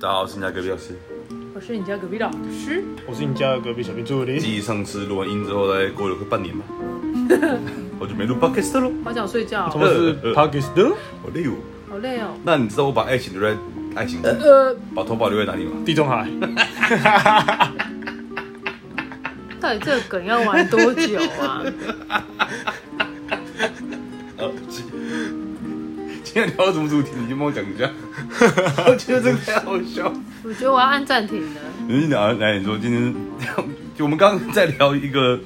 大家好，我是你家隔壁老师。我是你家隔壁老师，我是你家的隔壁小兵朱林。继上次录完音之后，大概过了快半年吧， 我就没录 podcast 喽，好想睡觉他哦，们是 Pakistan 的好累哦。好累哦。那你知道我把爱情留在爱情，呃，把头发留在哪里吗？地中海，到底这个梗要玩多久 啊？呃，今 今天聊到什么主题？你就帮我讲一下。 我觉得这个太好笑。我觉得我要按暂停了。你讲来，你说今天就我们刚刚在聊一个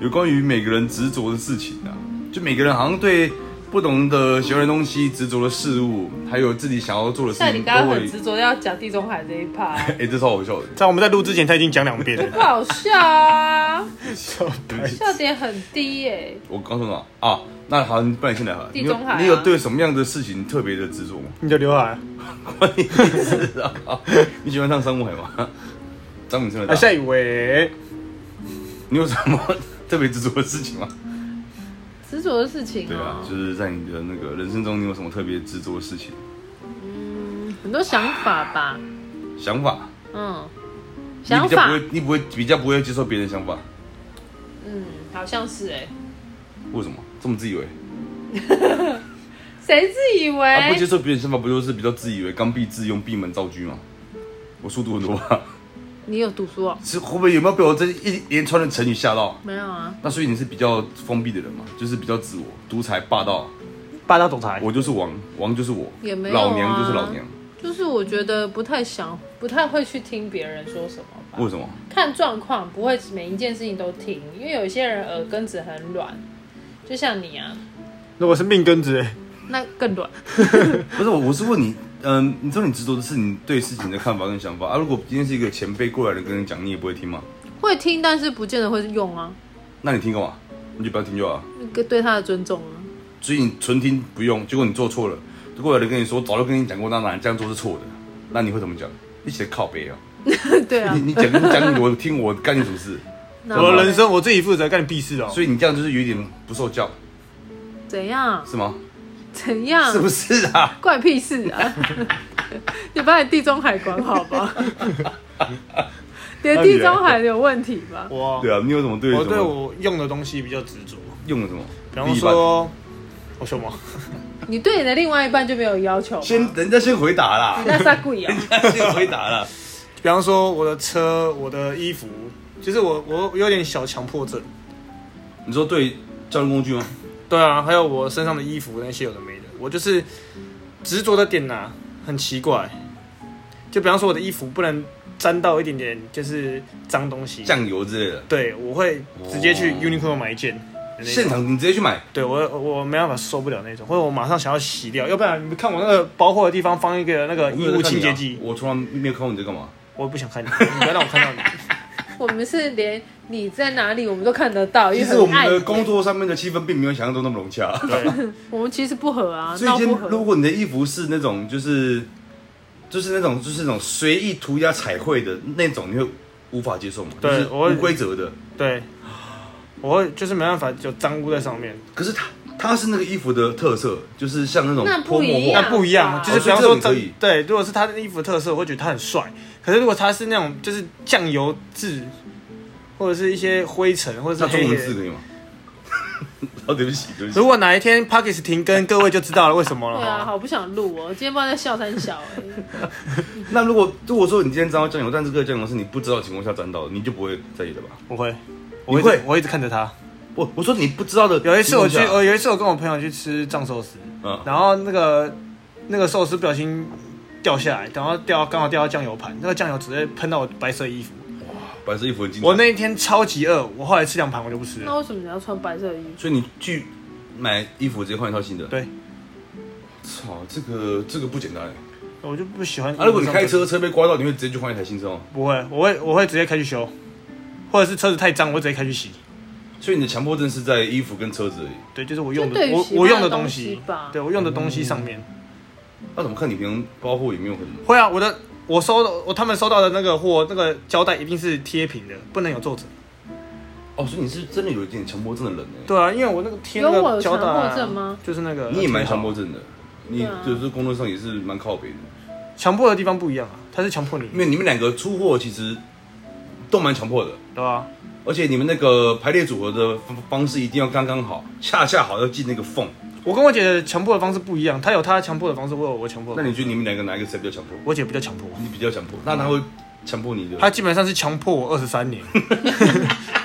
有关于每个人执着的事情啊，就每个人好像对不同的喜欢的东西、执着的事物，还有自己想要做的事但你情，刚都刚会很。执着要讲地中海这一趴，哎、这超好笑的。在我们在录之前他已经讲两遍 不 了。好笑啊，小白笑点很低耶、我刚说什么啊？那好，你不然你先来好了。地中海啊你有你有对什么样的事情特别的执着吗？你的刘海，关你屁事啊！你喜欢唱山舞海吗？ 张敏生啊，的。下一位，你有什么特别执着的事情吗？哦执着的事情、哦，对啊，就是在你的那个人生中，你有什么特别执着的事情、嗯很多想法吧，想法？嗯，你想比较法不，会，你不会比较不会接受别人的想法，嗯，好像是哎、为什么这么自以为？谁自以为？啊，不接受别人的想法，不就是比较自以为、刚愎自用、闭门造车吗？我速度很多吧？ 你有读书哦？是会不会有没有被我这一连串的成语吓到？没有啊，那所以你是比较封闭的人嘛，就是比较自我、独裁、霸道。霸道总裁，我就是王，王就是我，也没有啊老娘就是老娘。就是我觉得不太想，不太会去听别人说什么吧。为什么？看状况，不会每一件事情都听，因为有些人耳根子很软，就像你啊，那我是命根子，那更软。不是我，我是问你，嗯，你说你执着的是你对事情的看法跟想法啊。如果今天是一个前辈过来人跟你讲，你也不会听吗？会听，但是不见得会用啊，那你听干嘛？你就不要听就好了。啊一个对他的尊重啊。 所以你纯听不用，结果你做错了，过来人跟你说，早就跟你讲过，那哪这样做是错的，那你会怎么讲？一起来靠背啊！对啊你，你讲你讲你的，我听我干你什么事？那我的人生我自己负责，干你屁事哦。嗯所以你这样就是有一点不受教，怎样是吗？怎样是， 不是啊？怪屁事啊！ 你把你地中海管 好吧，你的地中海有问题吧？我对啊，你有什么对什我么哦对我用的东西比较执着，用了什么？比方另一半说，我什么？你对你的另外一半就没有要求吗？先人家先回答 啦，那啥 鬼啊？先回答啦。比方说我的车，我的衣服，就是我我有点小强迫症。你说对交通工具吗？对啊，还有我身上的衣服那些有的没的，我就是执着的点呐、很奇怪。就比方说我的衣服不能沾到一点点就是脏东西，酱油之类的，对我会直接去哦啊 Uniqlo 买一件的那种。现场你直接去买，对我我没办法受不了那种，或者我马上想要洗掉，要不然你看我那个包货的地方放一个那个衣物清洁剂，我从来没有看过你在干嘛。我不想看你，你不要让我看到 你。我们是连你在哪里我们都看得到，因其为实我很们爱的你工作上面的气氛并没有想象中那么融洽。对，我们其实不合啊，所以闹今不天如合。果你的衣服是那种就是就是那种就是那种随意涂鸦彩绘的那种，你会无法接受吗？对就是我会无规则的。对，我会就是没办法有脏污在上面，可是它它是那个衣服的特色，就是像那种那泼不墨画一样那不一样，就是比方哦说所以这个你可以真对，如果是他的衣服特色，我会觉得他很帅。可是如果他是那种就是酱油渍，或者是一些灰尘，或者那是黑中文黑字的。可以吗？ 哦，对不起，对不起。如果哪一天 Parkes 停更，各位就知道了为什么了。对啊，哈好不想录哦，今天不知道在笑三小哎、 那如果如果说你今天沾到酱油，但这个酱油是你不知道的情况下沾到的，你就不会在意了吧？我会，你我会一直我一直看着他。我我说你不知道的情况下，有一次我去，我有一次我跟我朋友去吃藏寿司，嗯然后那个那个寿司不小心掉下来，然后掉刚好掉到酱油盘，那个酱油直接喷到我白色衣服。白色衣服很精彩。我那一天超级饿，我后来吃两盘我就不吃那了。为什么你要穿白色的衣服？所以你去买衣服直接换一套新的。对，操，这个这个不简单欸。我就不喜欢。啊，如果你开车车被刮到，你会直接去换一台新车吗？不会，我会我会直接开去修，或者是车子太脏，我会直接开去洗。所以你的强迫症是在衣服跟车子而已。对，就是我用就的对于我喜欢我用的的东东西西吧对我用的东西上面、那、怎么看你平常包货也没有很会啊，我的我收的我他们收到的那个货那个胶带一定是贴平的，不能有皱褶。哦，所以你是真的有一点强迫症的人呢。对啊，因为我那个贴那有我有个胶带、啊强迫症吗？就是那个你也蛮强迫。迫症的，你对啊就是工作上也是蛮靠北的。强迫的地方不一样啊，他是强迫你，因为你们两个出货其实都蛮强迫的，对吧、而且你们那个排列组合的方方式一定要刚刚好，恰恰好要进那个缝。我跟我姐的强迫的方式不一样，她有她强迫的方式，我有我强迫的那方式。你觉得你们两个哪一个谁比较强迫？我姐比较强迫，你比较强迫，那他会强迫你的。她基本上是强迫我二十三年。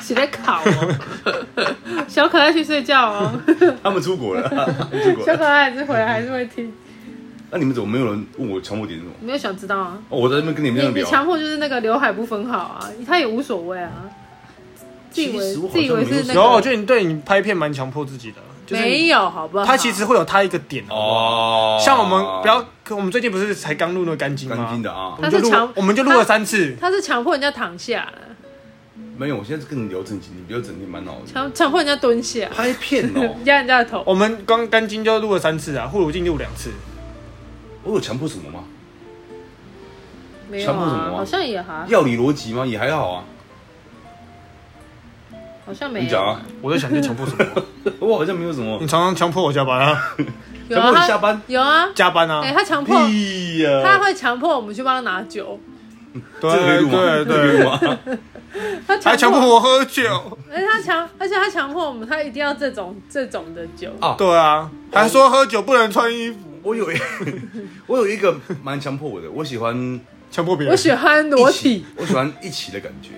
是在考哦， 小可爱去睡 觉哦， 他们出国了，他们出国小可了。爱还是回来还是会听， 那你们怎么没有人问我强迫点是什么？没有想知道啊。哦，我在那边跟你们你这样你聊强。迫就是那个刘海不分好啊，他也无所谓啊，自其以实我为好像自以为是那没有个，然后我觉得你对你拍片蛮强迫自己的，就是没有啊好不好？她其实会有她一个点哦。哦，像我们不要，我们最近不是才刚录那个干净吗？干净的啊我。们就她是强录，我们就录了三次。他是强迫人家躺下了，没有，我现在是跟你聊正经，你不要整天满脑子。 强强迫人家蹲下，拍片哦，压人家的头。我们光干净就录了三次啊，护乳镜录两次。我有强迫什么吗？没有强迫什啊么，啊好像也还要理逻辑吗？也还好啊。好像没你有讲啊啊， 我在想你在强迫什么？我好像没有什么 你常常强迫我加班啊，有强迫啊，你他下班有啊，加班啊哎，，他强迫屁哎呀。他会强迫我们去帮他拿酒，对这个可以录吗？这个对可以对录，吗？他还强迫迫我喝酒。而且他强，而且他强迫我们，他一定要这种这种的酒。啊，对啊，还说喝酒不能穿衣服，我有一 我有一个蛮强迫我的，我喜欢强迫别人。我喜欢裸一起体，，我喜欢一起的感觉，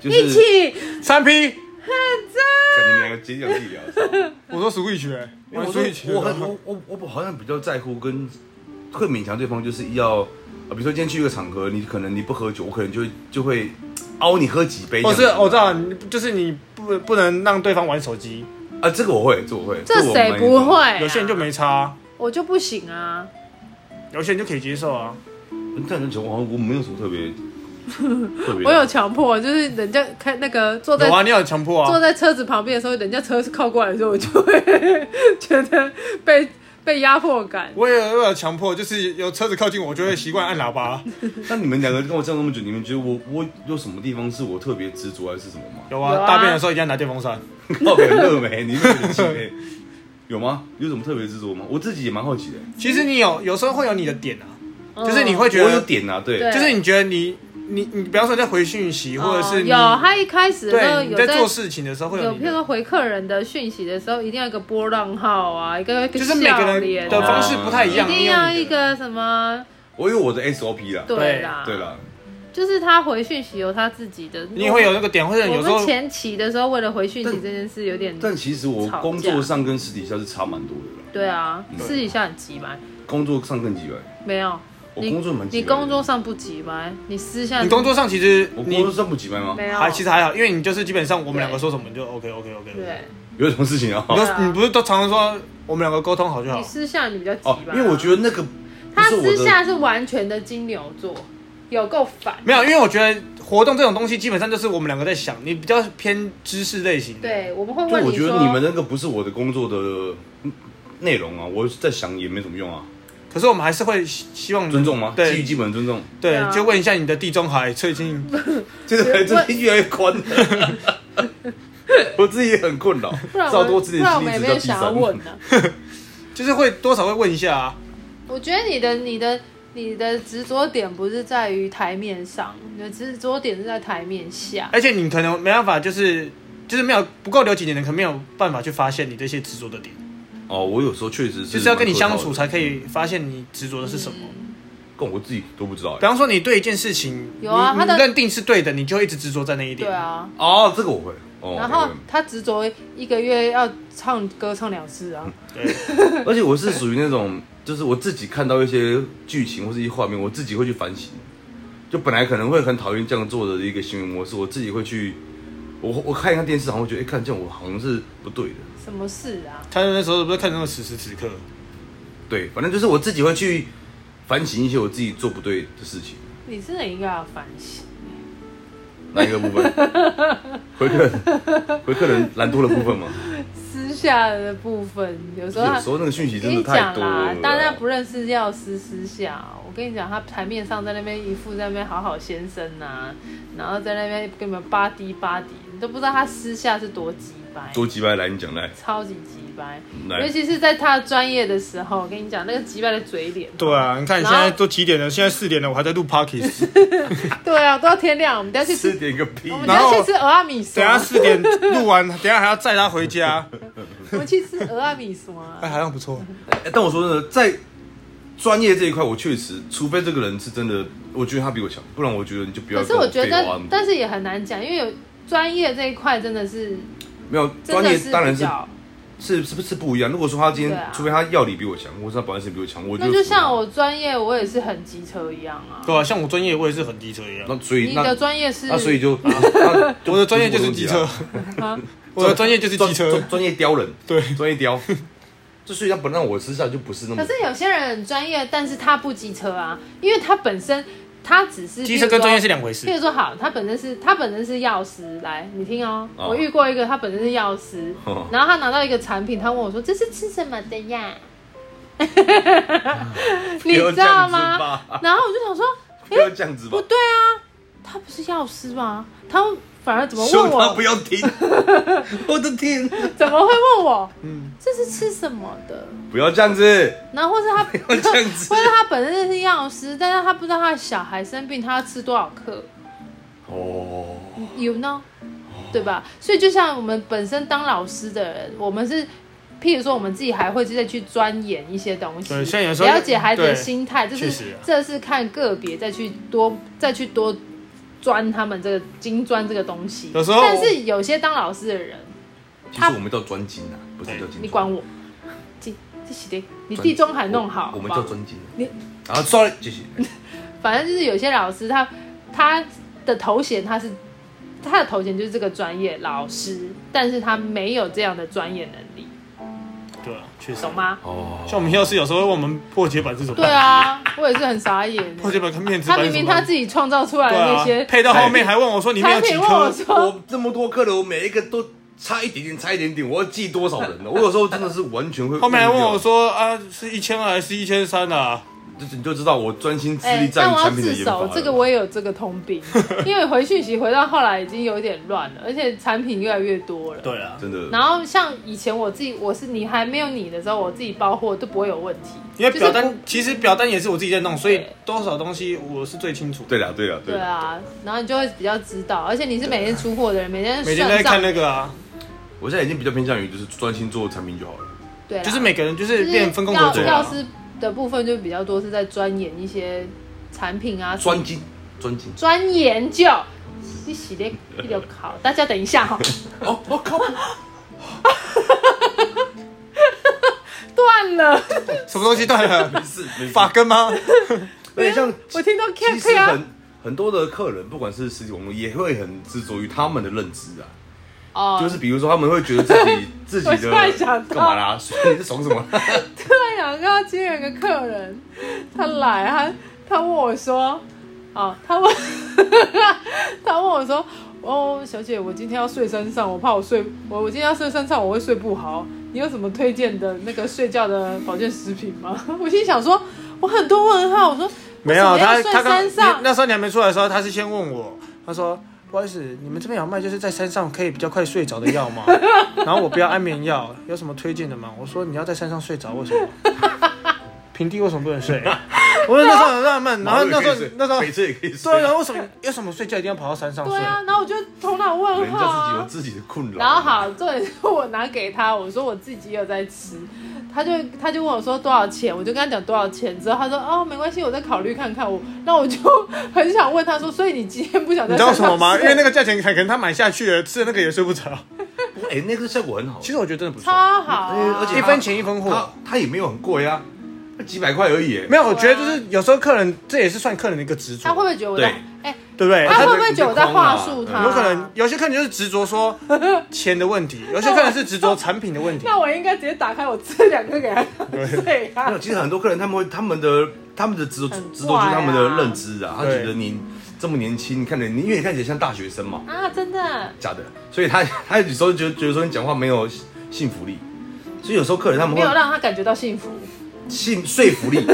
就是一起啊三 P，感觉你们两个接近自己聊。是 吧我说 Switch，欸啊因玩为我 Switch，说啊我很我我我我好像比较在乎跟会勉强对方，就是要呃，比如说今天去一个场合，你可能你不喝酒，我可能就会就会凹你喝几杯这 我样是子。我知道，你就是你不不能让对方玩手机，啊，这个我会，这个我会，这个我谁蛮不？会、啊？有些人就，没差，我就不行啊。有些人就可以接受啊。但人我好像我没有什么特 别特别的，我有强迫，就是人家开那个坐在、啊有啊，你有强迫坐啊，在车子旁边的时候，人家车是靠过来的时候，我就会觉得被被压迫感。我也我有强迫，就是有车子靠近我，我就会习惯按喇 叭。那你们两个跟我这样那么久，你们觉得我我有什么地方是我特别执着还是什么吗？有有啊啊，大便的时候一定要拿电风扇。 靠北乐美，你乐美姐 有吗？有什么特别执着吗？我自己也蛮好奇的、其实你有有时候会有你的点啊，嗯 就是你会觉我有得，点啊，对，对就是你觉得你你你，比方说你在回讯息，或者是嗯你有他一开始的时候对你有在做事情的时候会有有你譬如的，说回客人的讯息的时候，一定要一个波浪号啊，一个一个就是每笑个脸人啊的方式不太一一样，定你有要你一的个什么？我有我的 SOP 啦。对啊啦，对，啦，就是他回讯息有他自己的，你会有那个点，或者我有时候们前期的时候，为了回讯息这件事有点，但其实我吵架工作上跟私底下是差蛮多的啦。对啊，对私底下很急吗？工作上更鸡歪，没有，我你工作蛮急你掰的工作上不急吗？你私下你工作上其实我工你作上不急掰吗？没有？还其实还好，因为你就是基本上我们对两个说什么你就 OK OK OK，对，有什么事情啊？你对啊都你不是都常常说我们两个沟通好就你好，私下你比较急哦吧，？因为我觉得那个不啊他是我私的，下是完全的金牛座，有够烦，没有，因为我觉得活动这种东西基本上就是我们两个在想，你比较偏知识类型的，对，我们会就问我你觉说，得你们那个不是我的工作的嗯内容啊，我在想也没什么用啊。可是我们还是会希希望尊重吗？基于对基本尊重，对对啊，就问一下你的地中海 最近这个这边越来越宽了。我自己也很困扰，不然我照们多不自己然我心们理指也没标有第想要三。问啊呢、就是会多少会问一下啊，我觉得你的你的你的执着点不是在于台面上，你的执着点是在台面下。而且你可能没办法就是。就是没有不够留几年的，可能没有办法去发现你这些执着的点，哦，我有时候确实是就是要跟你蛮客相套处的，才可以发现你执着的是什么。嗯跟我自己都不知道欸比。方说，你对一件事情，有啊你他你的认定是对的，你就一直执着在那一点。对，啊，哦，这个我会。哦，然后我会他执着一个月要唱歌唱两次啊，嗯对，而且我是属于那种，就是我自己看到一些剧情或是一些画面，我自己会去反省。就本来可能会很讨厌这样做的一个行为模式，我自己会去，我我看一看电视，好像会觉得，哎、看这样我好像是不对的。什么事啊？他那时候不是看那个此时此刻，对，反正就是我自己会去反省一些我自己做不对的事情。你真的应该要反省。哪一个 部分？回客人，回客人懒惰的部分吗？私下的部分，有时候有他时候那个讯息跟真你的太讲多啦了，，大家不认识要私私下。我跟你讲，他台面上在那边一副在那边好啊好先生呐、然后在那边跟你们吧唧吧唧，你都不知道他私下是多鸡掰，多几百来你讲来超级鸡掰，尤来，其是在他专业的时候，我跟你讲那个鸡掰的嘴脸，对啊，你看你现然在后都几点了？现在四点了，我还 在录 Pockets。对啊，都要天亮，我们等下去吃吃，点个屁我！们等然下后去吃俄阿米索等一，下四点录完，等一下还要载他回家。 我们去吃俄阿米索啊 哎，，好像不错。哎但我说真的，在专业这一块，我确实，除非这个人是真的，我觉得他比我强，不然我觉得你就不要可是跟我我觉废话得那么，多。但是也很难讲，因为有专业这一块真的是，没有真专的业是当然比是较，是是不是不一样？如果说他今对啊天，除非他药理比我强，或者他保健师比我强，我那就服他像我专业，我也是很机车一样啊。对啊，像我专业我也是很机车一样，那所以你的那专业是，那所以就 那就我的专业就是机车啊，啊，我的专业就是机 车专。专业刁人，对，专业 刁。就所以他本来我私下就不是那么可是有些人很专业，但是他不机车啊，因为他本身他只是机车跟专业是两。两回事譬。如说，好，他本身是他本身是药师，来，你听哦，哦我遇过一个，他本身是药师，哦然后他拿到一个产品，他问我说：“这是吃什么的呀？” 你不要知这样道子吗吧？然后我就想说，不要这样子吧不， 对啊，他不是药师吗？他反而怎么凶问他我不？要听， 我的天，怎么会问我？这是吃什么的？不要这样子，然后或是他，不要这样子 或是他本身是药师，但是他不知道他的小孩生病，他要吃多少克。哦，有呢，对吧？所以就像我们本身当老师的人，我们是，譬如说我们自己还会再去钻研一些东西，对像有时候了解孩子的对心态，这确是实啊这是看个别再去多再去多钻他们这个精钻这个东西。有时候但是有些当老师的人，其实他我们叫专精啊，不是叫精，你管我，这这是的，你地中海弄好，我们好不叫好专精。啊你然后 sorry，谢谢。反正就是有些老师他他的头衔他是他的头衔就是这个专业老师，但是他没有这样的专业能力，对啊，确实。懂吗？哦，像我们教室有时候会问我们破解版是什么，对，啊，我也是很傻眼。破解版跟面子他版是明什明么他自己创造出来对的那些啊，配到后面还问我说里面有产几品，问我颗，说我这么多客人，我每一个都差一点点，差一点点，我要记多少人呢？我有时候真的是完全会。 后面还问我，说啊是一千二还是一千三啊？就是你就知道我专心致哎力，在但于我要产品的自研发首了。，这个我也有这个通 病，因为回讯息回到后来已经有点乱了，而且产品越来越多了。对啊，真的。然后像以前我自己，我是你还没有你的时候，我自己包货都不会有问题，因为表就是单不其实表单也是我自己在弄，所以对多少东西我是最清楚。对啦，对啦，对啦。啊，然后你就会比较知道，而且你是每天出货的人，每天每天都在算账，看那个啊，我现在已经比较偏向于就是专心做产品就好了。对啦，就是每个人就是就是变分工合作药啊。药师的部分就比较多是在钻研一些产品啊，专精，专精。专研究。你洗的一流考，大家等一下 哈、 哦，我 靠，断了，什么东西断了？是没事发根吗？有点像我听到 K 其实 K 很啊，很多的客人，不管是实体网络，也会很执着于他们的认知啊。哦，就是比如说，他们会觉得自 己自己我的突然想到干嘛啦？爽你在爽什么？突然想到今天有个客人，他来，他他问我说，哦，他问 他问我说，哦，小姐，我今天要睡山上，我怕我睡，我我今天要睡山上，我会睡不好。你有什么推荐的那个睡觉的保健食品吗？ 我心想说，我很多问号，我说没有，为什么他要他睡刚山你上，那时候你还没出来的时候，他是先问我，他说不好意思，你们这边有卖就是在山上可以比较快睡着的 药吗？然后我不要安眠药，有什么推荐的吗？我说你要在山上睡着，为什么？平地为什么不能睡？ 我说那时候很纳闷， 然后那时候那时 候每次也可以睡对，然后为什么有什么睡觉一定要跑到山上睡对？啊，然后我就头脑问哦人号、家自己啊有。自己的困扰。然后，好，重点是我拿给他，我说我自己有在吃，他就他就问我说多少钱，我就跟他讲多少钱，之后他说哦没关系，我再考虑看看我，那我就很想问他说，所以你今天不想你再知道为什么 吗？因为那个个价钱可能他买下去了，吃的那个也睡不着。哎，那个效果很好。其实我觉得真的不错超，好、啊，而且一分钱一分货它。它也没有很贵啊，几百块而已。没有，我觉得就是有时候客人这也是算客人的一个执着，啊他会不会觉得我在对哎、对不对？他就会不会觉得我在话术他？嗯有可能有些客人就是执着说钱的问题，有些客人是执着产品的问题。那我应该直接打开我这两个给他对 没啊 有，，其实很多客人他们会他们的他们的执着很执着就是他们怪的啊认知啊，他对觉得你这么年轻，你看着你，因为你看起来像大学生嘛，啊真的，假的，所以他他有时候觉得觉得说你讲话没有信服力，所以有时候客人他们没有会让他感觉到幸福， 信说服力，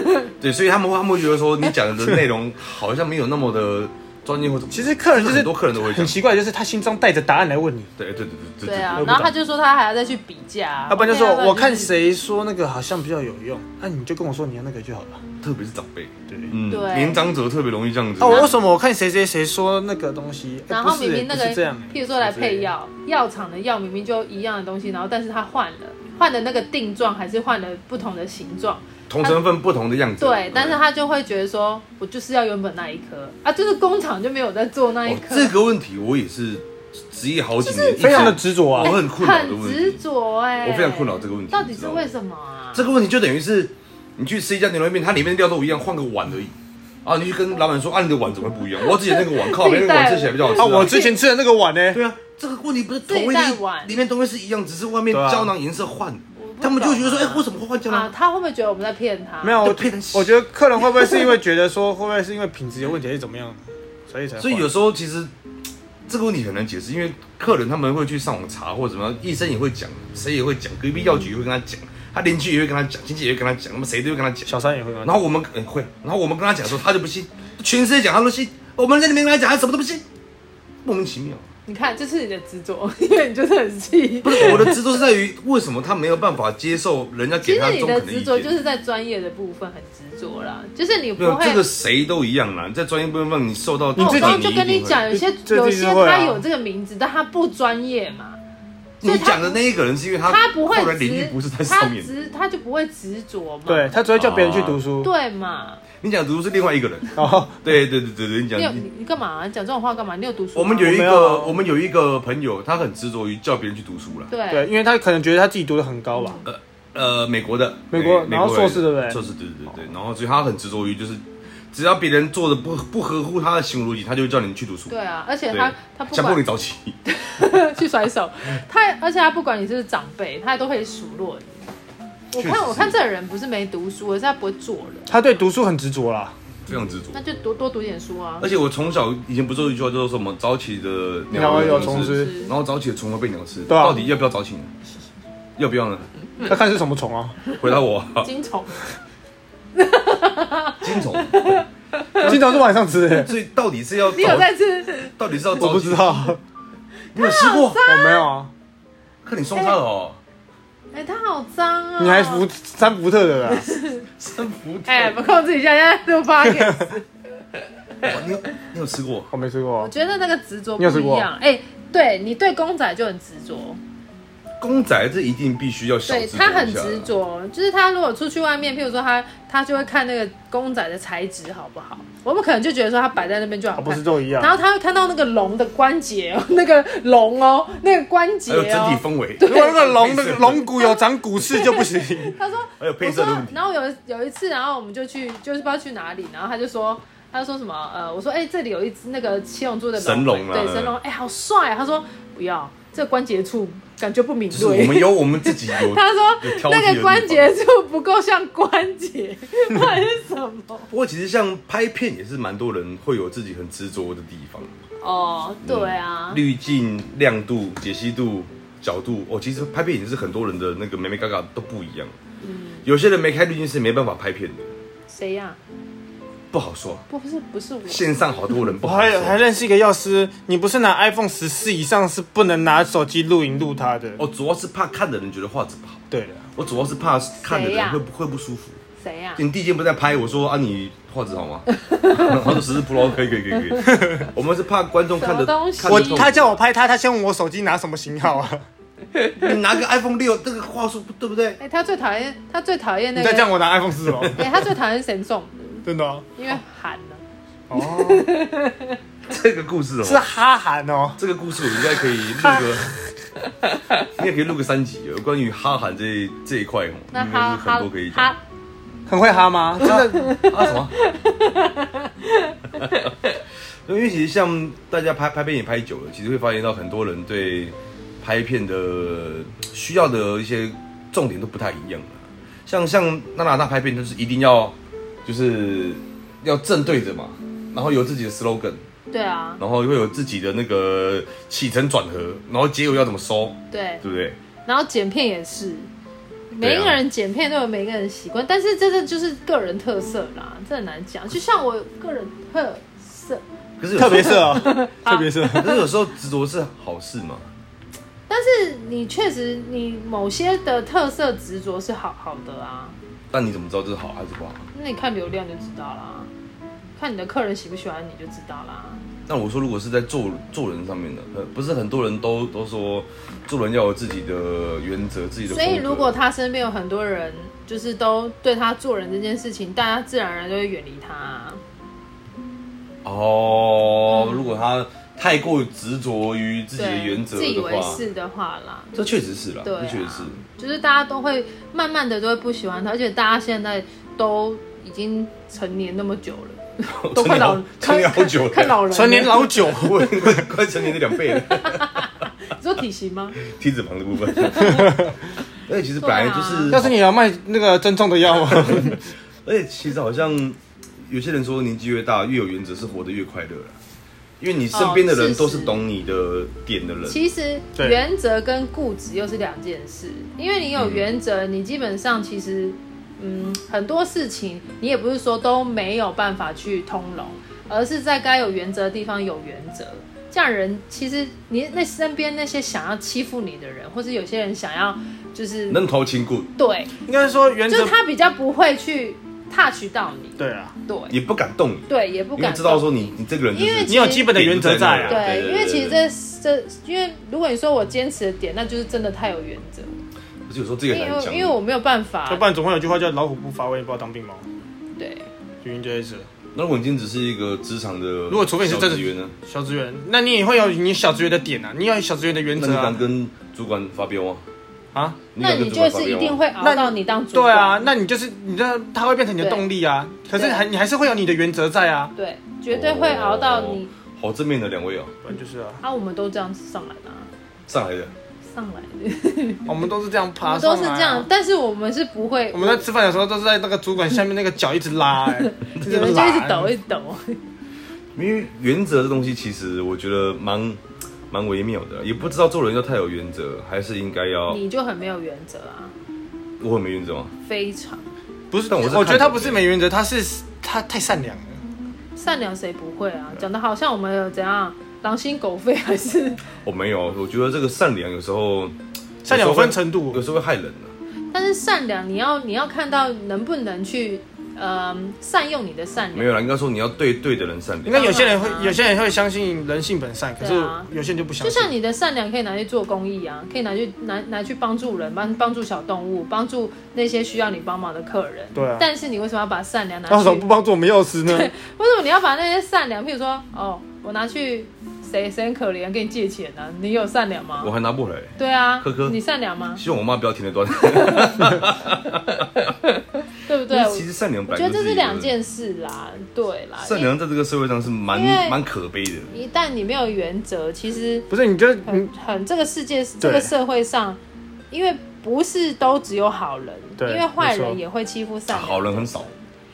对，所以他们会他们会觉得说你讲的内容好像没有那么的钻进或 怎么？其实客人就是很多客人都会这很样。奇怪，就是他心中带着答案来问你，对对对对对啊我也，不然后他懂就说他还要再去比价啊，要不然就对啊说要我看就是谁说那个好像比较有用，那你就跟我说你要那个就好了。特别是长辈，对。嗯，对哦年长者特别容易这样子。啊，我为什么我看谁谁谁说那个东西？哎然后不是明明那不个，是这样，譬如说来配药，药厂的药明明就一样的东西，然后但是他换了，换的那个定状还是换了不同的形状，同成分不同的样子？对，但是他就会觉得说，我就是要原本那一颗啊，就是工厂就没有在做那一哦颗，这个问题我也是职业好几年，非常的一直执着啊我。很困扰的很问执题，着哎，我非常困扰这个问题。到底你知是道吗为什么啊？这个问题就等于是你去吃一家牛肉面，它里面的料都一样，换个碗而已。啊，你去跟老板说，啊，你的碗怎么会不一样？我之前那个碗，靠，自那己个带碗吃起来比较好吃 啊，我之前吃的那个碗呢？对啊，这个问题不是自己同一带个碗里面东西是一样，只是外面对啊胶囊颜色换了我不懂，他们就会觉得说，啊哎，为什么会换胶啊囊？，他会不会觉得我们在骗他？ 没有，我就变成我觉得客人会不会是因为觉得说，会不会是因为品质有问题还是怎么样，所以才换所以有时候其实这个问题很难解释，因为客人他们会去上网查或者什么，医生也会讲，谁也会讲，隔壁药局也会跟他讲，他邻居也会跟他讲，亲戚也会跟他讲，那么谁都会跟他讲。小三也会吗？然后我们、嗯会，然后我们跟他讲说，他就不信，全世界讲他都信，我们在那边跟他讲，他什么都不信，莫名其妙。你看，这是你的执着，因为你就是很气不。是我的执着是在 于为什么他没有办法接受人家其给他实你中的肯意见？执着就是在专业的部分很执着啦，就是你没不有会这个谁都一样啦，你在专业部分你受到那我自己刚刚就跟你一你定会讲，有些这这有就是些会啊他有这个名字，但他不专业嘛，所你以他讲的那一个人是因为他他不会后来领域执，不是在他上面，执他就不会执着嘛，对他只会叫别人去读书。对嘛？你讲的读书是另外一个人。哦，对对对对对，你你有讲。你你干嘛？啊你讲这种话干嘛？你有读书嗯吗？我们有一我没个有我们有一个朋友，他很执着于叫别人去读书啦。对，对因为他可能觉得他自己读的很高吧。呃呃，美国的，美国哎然后人硕士对不对硕士对对对对，然后所以他很执着于就是，只要别人做的不不合乎他的行为逻辑，他就叫你去读书。对啊，而且对，他他不强迫你管早起。 去甩手，他而且他不管你是不是长辈，他都可以数落你。我确实看是我看这个人不是没读书，而是他不会做人，他对读书很执着啦。非常执着那。就多多读点书啊而。且我从小以前不是有一句话叫做什么“早起的鸟儿有虫吃吃是”，然后早起的虫会被鸟吃。啊对啊到底要不要早起呢？要不要呢？他看是什么虫啊？回答 我，金虫金虫。经常是晚上吃 的。所以到底是要你有早，在吃？ 到底是要我早不起知？道，你有吃过？我没有啊。看你双叉了哦，哎，他好脏啊！你还福三福特的啦？ 三伏特。 哎，不控制一下，现在录 p o d 哇你有你有吃过？我没吃过我。觉得那个执着你有不吃一过样。哎、对你对公仔就很执着，公仔这一定必须要小对执着一下他很执。着，就是他如果出去外面，譬如说他他就会看那个公仔的材质好不好，我们可能就觉得说他摆在那边就好啊，哦看。不是都一样然？后他会看到那个龙的关节哦，那个龙哦，那个关节还有整体哦。氛围，如果那个龙 的龙骨有长骨刺就不行。他说，还有我哎配色说的问，题。然后有一有一次，然后我们就去，就是不知道去哪里，然后他就说，他就说什么，呃，我说，哎、这里有一只那个七龙珠的神龙啊对对神龙，哎、好帅、啊。他说不要，这关节处感觉不敏就是锐。我们有我们自己有 他有说挑剔的地那方个关节处不够像关 节，到底是什么？不过其实像拍片也是蛮多人会有自己很执着的地方，哦，对啊，滤镜、亮度、解析度、角度，哦，其实拍片也是很多人的那个美美嘎嘎都不一样。嗯有些人没开滤镜是没办法拍片的，谁呀、不好说。不不是不是我，线上好多人不 我好还说。还认识一个药师，你不是拿 iPhone 十四以上是不能拿手机录影录他的。我主要是怕看的人觉得画质不好，对了，我主要是怕看的人谁呀会不会不舒服。谁呀、你第一件不是在拍，我说啊你画质好 吗？然后说十四 Pro 可以可以可以可以。我们是怕观众看的什么东西看我得痛他叫我拍他，他先问我手机拿什么型号啊？你拿个 iPhone 六，这个话术对不对？哎、他最讨厌他最讨厌那你个，再这样我拿 iPhone 四哦，哎、他最讨厌神送，真的哦。因为喊了。哦， 这个故事哦，是哈韩哦。这个故事我应该可以录个， 应该可以录个三集，有关于哈韩这一这一块哦，那应该哈是很哈多可以讲。哈啊很会哈吗？真的，什么？ 因为其实像大家拍拍片也拍久了，其实会发现到很多人对拍片的需要的一些重点都不太一样了。啊像像娜娜大拍片，就是一定要就是要正对着嘛，然后有自己的 slogan，对啊，然后会有自己的那个起承转合，然后结尾要怎么收，对，对不对？然后剪片也是，啊每一个人剪片都有每一个人的习惯，但是这个就是个人特色啦，这很难讲。就像我个人特色，可是有时特候别色啊，特别色。 可是有时候执着是好事嘛？但是你确实你某些的特色执着是好好的啊，但你怎么知道这是好还啊是不好？那你看流量就知道啦，看你的客人喜不喜欢你就知道啦。那我说，如果是在做做人上面的，呃，不是很多人都都说做人要有自己的原则、自己的风格。所以如果他身边有很多人就是都对他做人这件事情，大家自然而然就会远离他啊、哦，嗯如果他太过执着于自己的对，原则自以的为话，是的话啦，这确实是啦，对、啊，这确实是。就是大家都会慢慢的都会不喜欢他，而且大家现在都已经成年那么久了， 都快老哦成年好看 久了，看老人了成年老酒，我快快成年的两倍了，你说体型吗？体脂肪的部分。啊而且其实本来就是，要是你要卖那个增重 的药吗？啊而且其实好像有些人说，年纪越大越有原则，是活得越快乐了，因为你身边的哦人是都是是懂你的点的人。其实对原则跟固执又是两件事，因为你有原则，你基本上其实，嗯，很多事情你也不是说都没有办法去通融，而是在该有原则的地方有原则。这样人其实你那身边那些想要欺负你的人，或是有些人想要就是能头轻骨，对，应该说原就则是他比较不会去 touch 到你，对啊，对也不敢动你，对，也不因为敢知道说动你你这个人就因为是你有基本的原则在啊。对对，因为其实对这这，因为如果你说我坚持的点，那就是真的太有原则，不是有时候这个因很难啊为讲，因为我没有办法要，不然总会有句话叫“老虎不发威，不知道当病猫对，”，原因就在这。那如果你今天只是一个职场的，如如果除非你是正职员呢，小职员，那你也会有你小职员的点啊，你要有小职员的原那你则敢啊跟主管发飙吗？啊，那敢跟你主就管发是飙一吗定会熬那你到你当主对管，啊，那你就是你这它会变成你的对动力啊，可是对还你还是会有你的原则在啊，对，绝对会熬到你好正面的两位哦，不然就是啊，啊，我们都这样子上来的啊，上来的，上来的，我们都是这样我爬们上来啊，都是这样，但是我们是不会我，们在吃饭的时候都是在那个主管下面那个脚一直 拉、欸，一直有人就拉一直抖一直哦抖，因为原则这东西其实我觉得蛮蛮微妙的，也不知道做人要太有原则，还是应该要你就很没有原则啊，我很没原则吗？非常不是，但我是我觉得他看不是没原则，他是他太善良了。善良，谁不会啊？讲的好像我们有怎样狼心狗肺，还是 我没有，我觉得这个善良有时候善良分程度有，时候会害人啊的，但是善良，你要你要看到能不能去，呃，善用你的善没良。有啦，应该说你要对对的人善应良该。有些人会当然，啊有些人会相信人性本善，可是对啊有些人就不相就信。像你的善良可以拿去做公益啊，可以拿去拿拿去帮助人，帮帮助小动物，帮助那些需要你帮忙的客人。对啊但是你为什么要把善良拿去？那为什哦么不帮助我们药师呢？为什么你要把那些善良，譬如说，哦，我拿去谁谁很可怜，给你借钱啊？你有善良吗我？还拿不回来，对啊，科科你善良吗？希望我妈不要听得断。对不对？但我是 其实善良，我觉得这是两。件事啦，对啦。善良在这个社会上是蛮因为蛮可悲的，一旦你没有原则，其实不是，你就很 你很这个世界这个社会上，因为不是都只有好人，因对为坏没人错也会欺负善良。好人很少，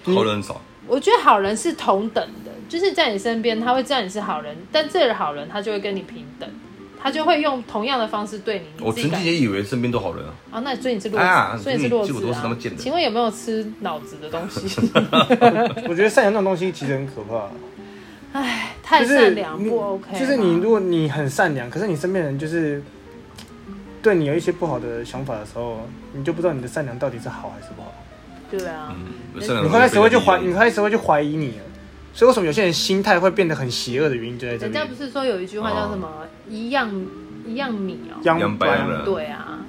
嗯好人很少。我觉得好人是同等的，就是在你身边，他会知道你是好人，但这个好人他就会跟你平等，他就会用同样的方式对你。你我自己曾感经也以为身边都好人啊，啊，那所以你是弱智，哎啊所以你是弱智结果都是他们啊贱人请问有没有吃脑子的东西？ 我觉得善良这种东西其实很可怕，唉，太就是善良你不 OK 啦。就是你，如果你很善良，可是你身边人就是对你有一些不好的想法的时候，你就不知道你的善良到底是好还是不好。对啊，嗯，善良你会开始会去怀，还，你开始会去怀疑你了。所以为什么有些人心态会变得很邪恶的原因就在这人里。家不是说有一句哦话叫什么“一样一样米”哦，养白人对啊，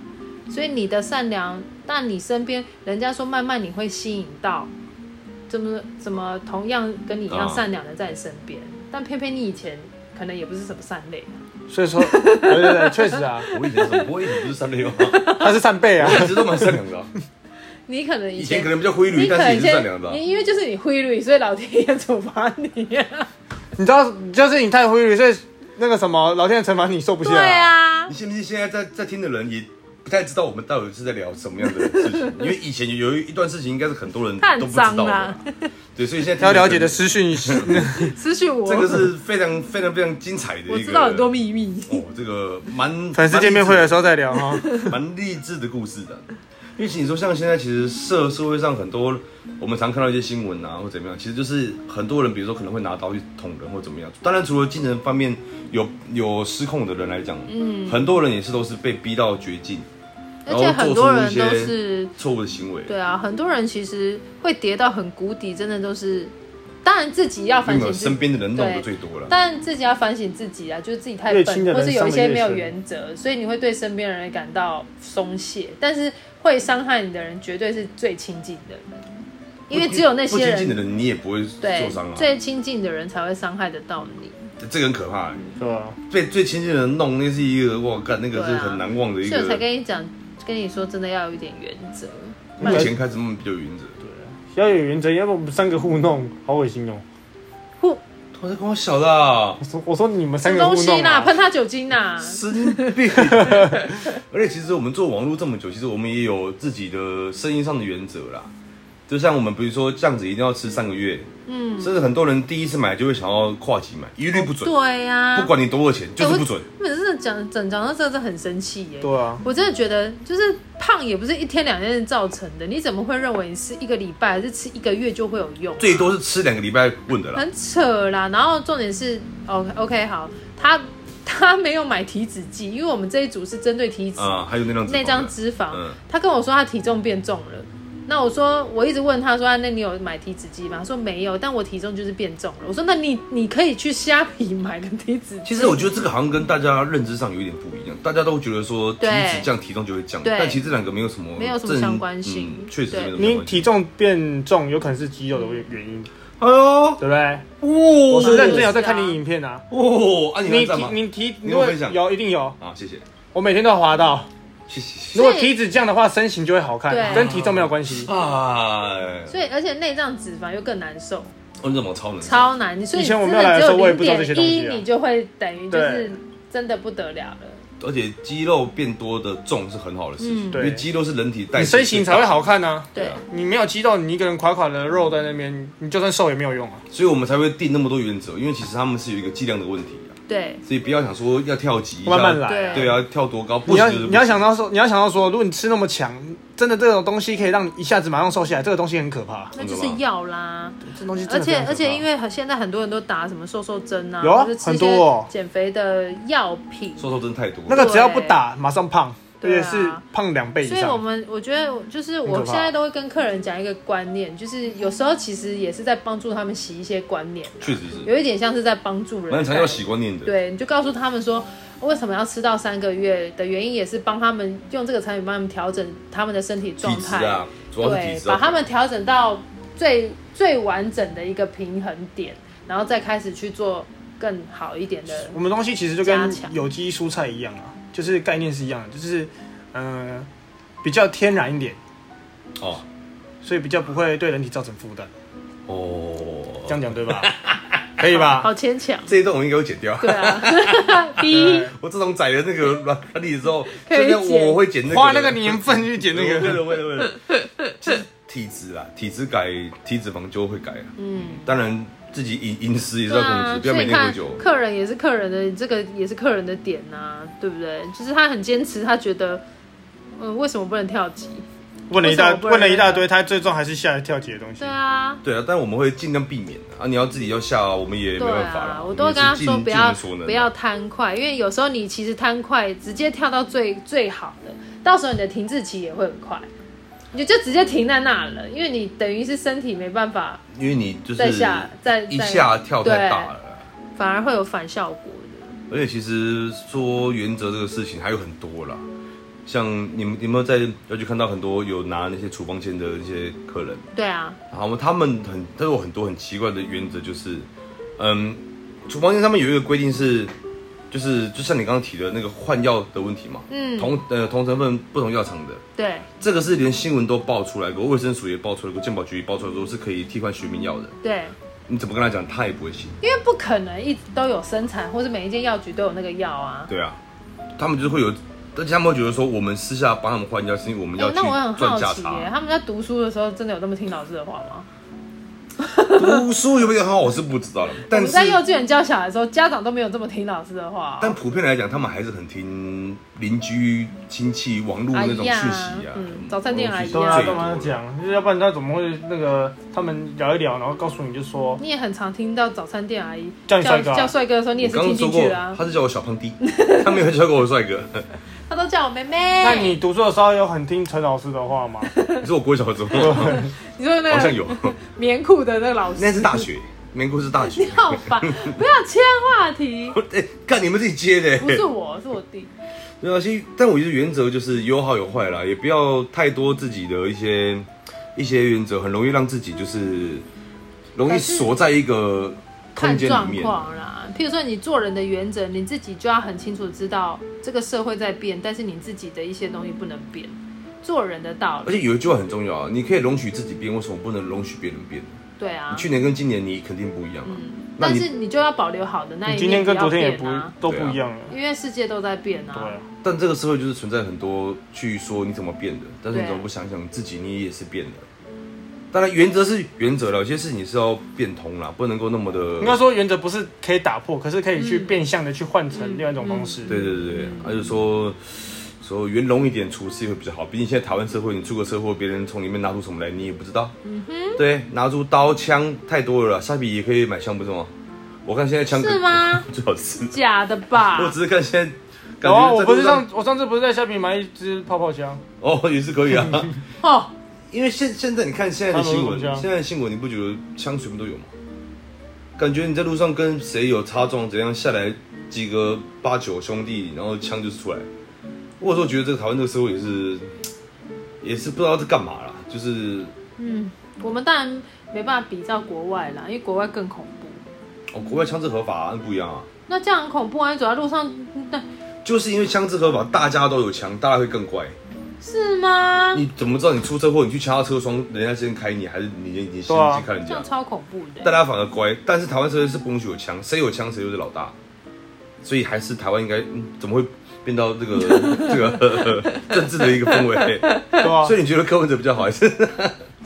所以你的善良，那你身边人家说慢慢你会吸引到，怎么怎么同样跟你一样啊善良的在你身边，但偏偏你以前可能也不是什么善类啊，所以说，对对对，确实啊，我以前是，我以前不是善良吗？他是扇贝啊。一直都蛮善良的啊，你可能 以前前可能比较灰你驴，可但是能也以是前善良的啊。你因为就是你灰绿，所以老天爷处罚你、啊。 你知道，就是你太灰绿，所以那个什么，老天爷惩罚你受不下。对，啊你，信不信现在在在听的人也不太知道我们到底是在聊什么样的事情？因为以前有一段事情，应该是很多人他很都不知道的脏啊啊。对，所以现在要听了解人的私讯是，失去我，这个是非常非常非常精彩的一个。我知道很多秘密。哦，这个蛮粉丝见面会的时啊候 候再聊哈。蛮励志的故事的。因为其实你说像现在，其实社社会上很多，我们常看到一些新闻啊，或怎么样，其实就是很多人，比如说可能会拿刀去捅人或怎么样。当然，除了精神方面有有失控的人来讲，嗯，很多人也是都是被逼到绝境，而且很多人都然后做出一是错误的行为，对啊，很多人其实会跌到很谷底，真的都是，当然自己要并反没省有自身己，边的人弄对得最多了。但自己要反省自己啊，就是自己太越轻的笨，人或是有一些没有伤得越深原则，所以你会对身边的人感到松懈，但是会伤害你的人绝对是最亲近的人，因为只有那不亲些近人的人，你也不会对受伤啊。最亲近的人才会伤害得到你。这个很可怕、对啊吧？被最亲近的人弄，那是一个我干，那个是对啊很难忘的一所以我才个。跟你讲，跟你说真的要有一点原则。目前开始慢慢比较原则。要有原则，要不我们三个互弄，好恶心哦！突然在跟我小的、啊，我说我说你们什三么个东互弄西啦，啊，喷他酒精啦，神经 病。而且其实我们做网络这么久，其实我们也有自己的生意上的原则啦。就像我们比如说这样子一定要吃三个月，嗯，甚至很多人第一次买就会想要跨期买，一律不准，对啊呀、不管你多少钱，就是不准。哎我真的讲整讲到这，真的很生气耶。对啊，我真的觉得，就是胖也不是一天两天造成的，你怎么会认为你吃一个礼拜还是吃一个月就会有用？最多是吃两个礼拜问的啦。很扯啦。然后重点是，OK OK 好，他 他没有买体脂计，因为我们这一组是针对体脂、啊、还有那张纸那张啊的脂肪。嗯他跟我说他体重变重了。那我说，我一直问他说，啊那你有买体脂计吗？他说没有，但我体重就是变重了。我说，那你你可以去虾皮买个体脂计。其实我觉得这个好像跟大家认知上有一点不一样，大家都觉得说体对脂降体重就会降，对但其实这两个没有什么没有什么正相关性嗯确、实对没有什么相你关性。体重变重有可能是肌肉的原因，对哎呦，不对？哇我是认是真有在啊看你影片啊，哦，啊，你你能干体嘛？你体你有如果分享有一定有，啊，谢谢，我每天都要滑到。谢谢，如果体脂降的话，身形就会好对看，跟体重没有关哦系。哎，所以，而且内脏脂肪又更难受，温怎么超能？超难。所以以前我真没有来的只时有候我也零不知道这些点东西一，啊你就会等于就对是真的不得了了。而且肌肉变多的重是很好的事情，嗯因为肌肉是人体代你谢最大身形才会。好看啊。对啊，你没有肌肉，你一个人垮垮的肉在那边，你就算瘦也没有用啊。所以我们才会定那么多原则，因为其实他们是有一个剂量的问题啊，对，所以不要想说要跳级，慢慢一下来啊对啊，跳多高不你要行就是不行你要想到说，你要想到说，如果你吃那么强，真的这种东西可以让你一下子马上瘦下来，这个东西很可怕。那就是药啦。这东西真而的非且常可怕而且，因为很现在很多人都打什么瘦瘦针啊，有啊或者吃一很些多哦减肥的药品。瘦瘦真太多了，那个只要不打，马上胖，而对啊且是胖两倍以所以我上。们我觉得就是很我可怕现在都会跟客人讲一个观念，就是有时候其实也是在帮助他们洗一些观念，确实是有一点像是在帮助人。蛮强调习惯念的。对，你就告诉他们说，为什么要吃到三个月的原因，也是帮他们用这个产品帮他们调整他们的身体状体质态，啊，主要是体对，质啊。把他们调整到最最完整的一个平衡点，然后再开始去做更好一点的。我们东西其实就加跟强有机蔬菜一样啊，就是概念是一样的，就是嗯比较天然一点，哦所以比较不会对人体造成负担。这哦，样讲对吧？ 可以吧？好牵强，这一段我应该会剪掉。对啊， 第一对 我自从宰了那个软软体之后，可以现在剪我会剪那个花那个年份去剪那 为个。了为了为了， 其实体质啊，体质改，体脂肪就会改啊。嗯，当然自己饮饮食也是对要控啊制，，不要所以每你天喝看酒。客人也是客人的，这个也是客人的点呐、对不对？就是他很坚持，他觉得，嗯，为什么不能跳级？问了一 大为什么不能问了一大堆，他最终还是下来跳级的东西对。啊，对啊，但我们会尽量避免啊。啊你要自己要下，我们也没对办法啦。啊，我都会跟他说们不也是尽要尽所能啊不要贪快，因为有时候你其实贪快，直接跳到最最好的，到时候你的停滞期也会很快，你就直接停在那了，因为你等于是身体没办法，因为你就是再下再一再下跳太大了啦。反而会有反效果的。而且其实说原则这个事情还有很多啦，像你们你有没有在要去看到很多有拿那些处方签的那些客人？对啊，然后他们很都有很多很奇怪的原则，就是，嗯，处方间上面有一个规定是，就是就像你刚刚提的那个换药的问题嘛，嗯，同呃同成分不同药厂的，对这个是连新闻都爆出来过，卫生署也爆出来过，健保局也爆出来过，是可以替换学名药的。对，啊你怎么跟他讲，他也不会信。因为不可能一直都有生产，或者每一间药局都有那个药啊。对啊，他们就是会有，而且他们会觉得说，我们私下帮他们换药，是因为我们哎、要去那我很赚好价奇耶、 差。他们在读书的时候真的有那么听老师的话吗？读书有没有很好，我是不知道了，我但们是在幼稚园教小孩的时候，家长都没有这么听老师的话哦、但普遍来讲，他们还是很听邻居、亲戚、网络那种讯息哎呀啊，嗯早餐店阿姨啊最都多要干嘛讲？要不然他怎么会那个？他们聊一聊，然后告诉你就说你也很常听到早餐店阿姨叫你叫帅哥啊、叫帅哥的时候，你也我是刚听刚说进过去啊，。他是叫我小胖弟，他没有叫过我帅哥。他都叫我妹妹。那你读书的时候有很听陈老师的话吗？你说我国小怎么了？ 你说那好像个有，棉裤的那个老师，那是大 学，民国是大学你。好烦，不要切话题。哎，看你们自己接的。不是我，是我弟。对啊，其实但我觉得原则就是有好有坏啦，也不要太多自己的一些一些原则，很容易让自己就是容易锁在一个空看间状里面。况啦。譬如说，你做人的原则，你自己就要很清楚知道这个社会在变，但是你自己的一些东西不能变，做人的道而理。且有一句话很重要啊，你可以容许自己变，为什么不能容许别人变？对啊你，去年跟今年你肯定不一样啊。嗯，那但你是你就要保留好的那一你面，今天跟不要昨天也不变啊，都不一样了，因为世界都在变对啊啊。。但这个社会就是存在很多去说你怎么变的，但是你对怎么不想想自己你也是变的？当然原则是原则了，有些事情是要变通啦，不能够那么的。应该说原则不是可以打破，可是可以去嗯变相的去换成另外一种方式。对对对对，他就说说圆融一点处事也会比较好，毕竟现在台湾社会，你出个车祸，别人从里面拿出什么来，你也不知道。嗯哼，对，拿出刀枪太多了啦，虾皮也可以买枪，不是吗？我看现在枪是吗？ 最好吃。假的吧？我只是看现在。感然觉后我在不是路上上，我上次不是在虾皮买一支泡泡 枪，哦，也是可以啊，哦， 因为现现在你看现在的新闻，他们都是现在的新闻你不觉得枪全部都有吗？感觉你在路上跟谁有擦撞，怎样下来几个八九兄弟，然后枪就是出来。我有时候觉得这个台湾这个社会也是，也是不知道在干嘛啦，就是嗯，我们当然没办法比照国外啦，因为国外更恐怖。哦，国外枪支合法、啊、那不一样啊，那这样很恐怖啊！你走在路上，那就是因为枪支合法，大家都有枪，大家会更乖。是吗？你怎么知道你出车祸，你去掐到车窗，人家先开你，还是你你你先对啊去看人这家？样超恐怖的欸、大家反而乖，但是台湾社会是不允许有枪，谁有枪谁就是老大，所以还是台湾应该、嗯怎么会变到这 个这个 呃政治的一个氛围？对吧、所以你觉得柯文哲比较好，还是开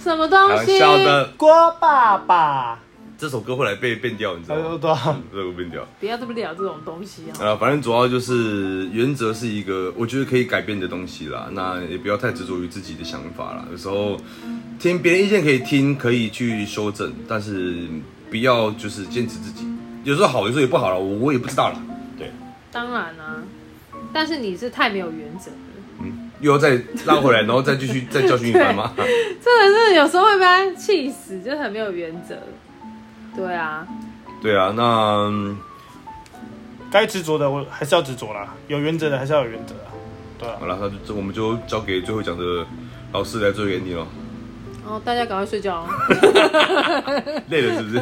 什么东玩西？笑的？郭爸爸，这首歌后来被变掉，你知道哎呦吗？对啊，这首歌变掉不要这么聊这种东西啊！啊，反正主要就是原则是一个我觉得可以改变的东西啦，那也不要太执着于自己的想法啦，有时候听别人意见可以听，可以去修正，但是不要就是坚持自己，有时候好，有时候也不好了，我我也不知道啦。对。当然啊，但是你是太没有原则了，又要再拉回来，然后再继续再教训一番 吗？真的是有时候会被他气死，就是很没有原则。对啊，对啊，那嗯该执着的我还是要执着啦，有原则的还是要有原则啊。对啊好，了，那就这我们就交给最后讲的老师来做给你了。然后大家赶快睡 觉哦。累了是不 是？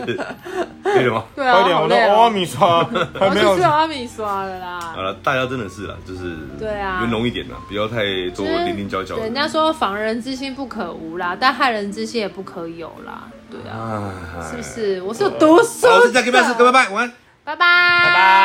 累了吗？对啊，快点，好我累的哦欧阿米刷还我没去有吃。阿米刷了好 啦。了，大家真的是啦，就是对啊圆融一点啦，不要太做就是零零角角的。人家说防人之心不可无啦，但害人之心也不可有啦。对啊，哎是不？是？我是有读书好，的就这样，各位各位，拜拜，晚安。拜拜，拜拜拜。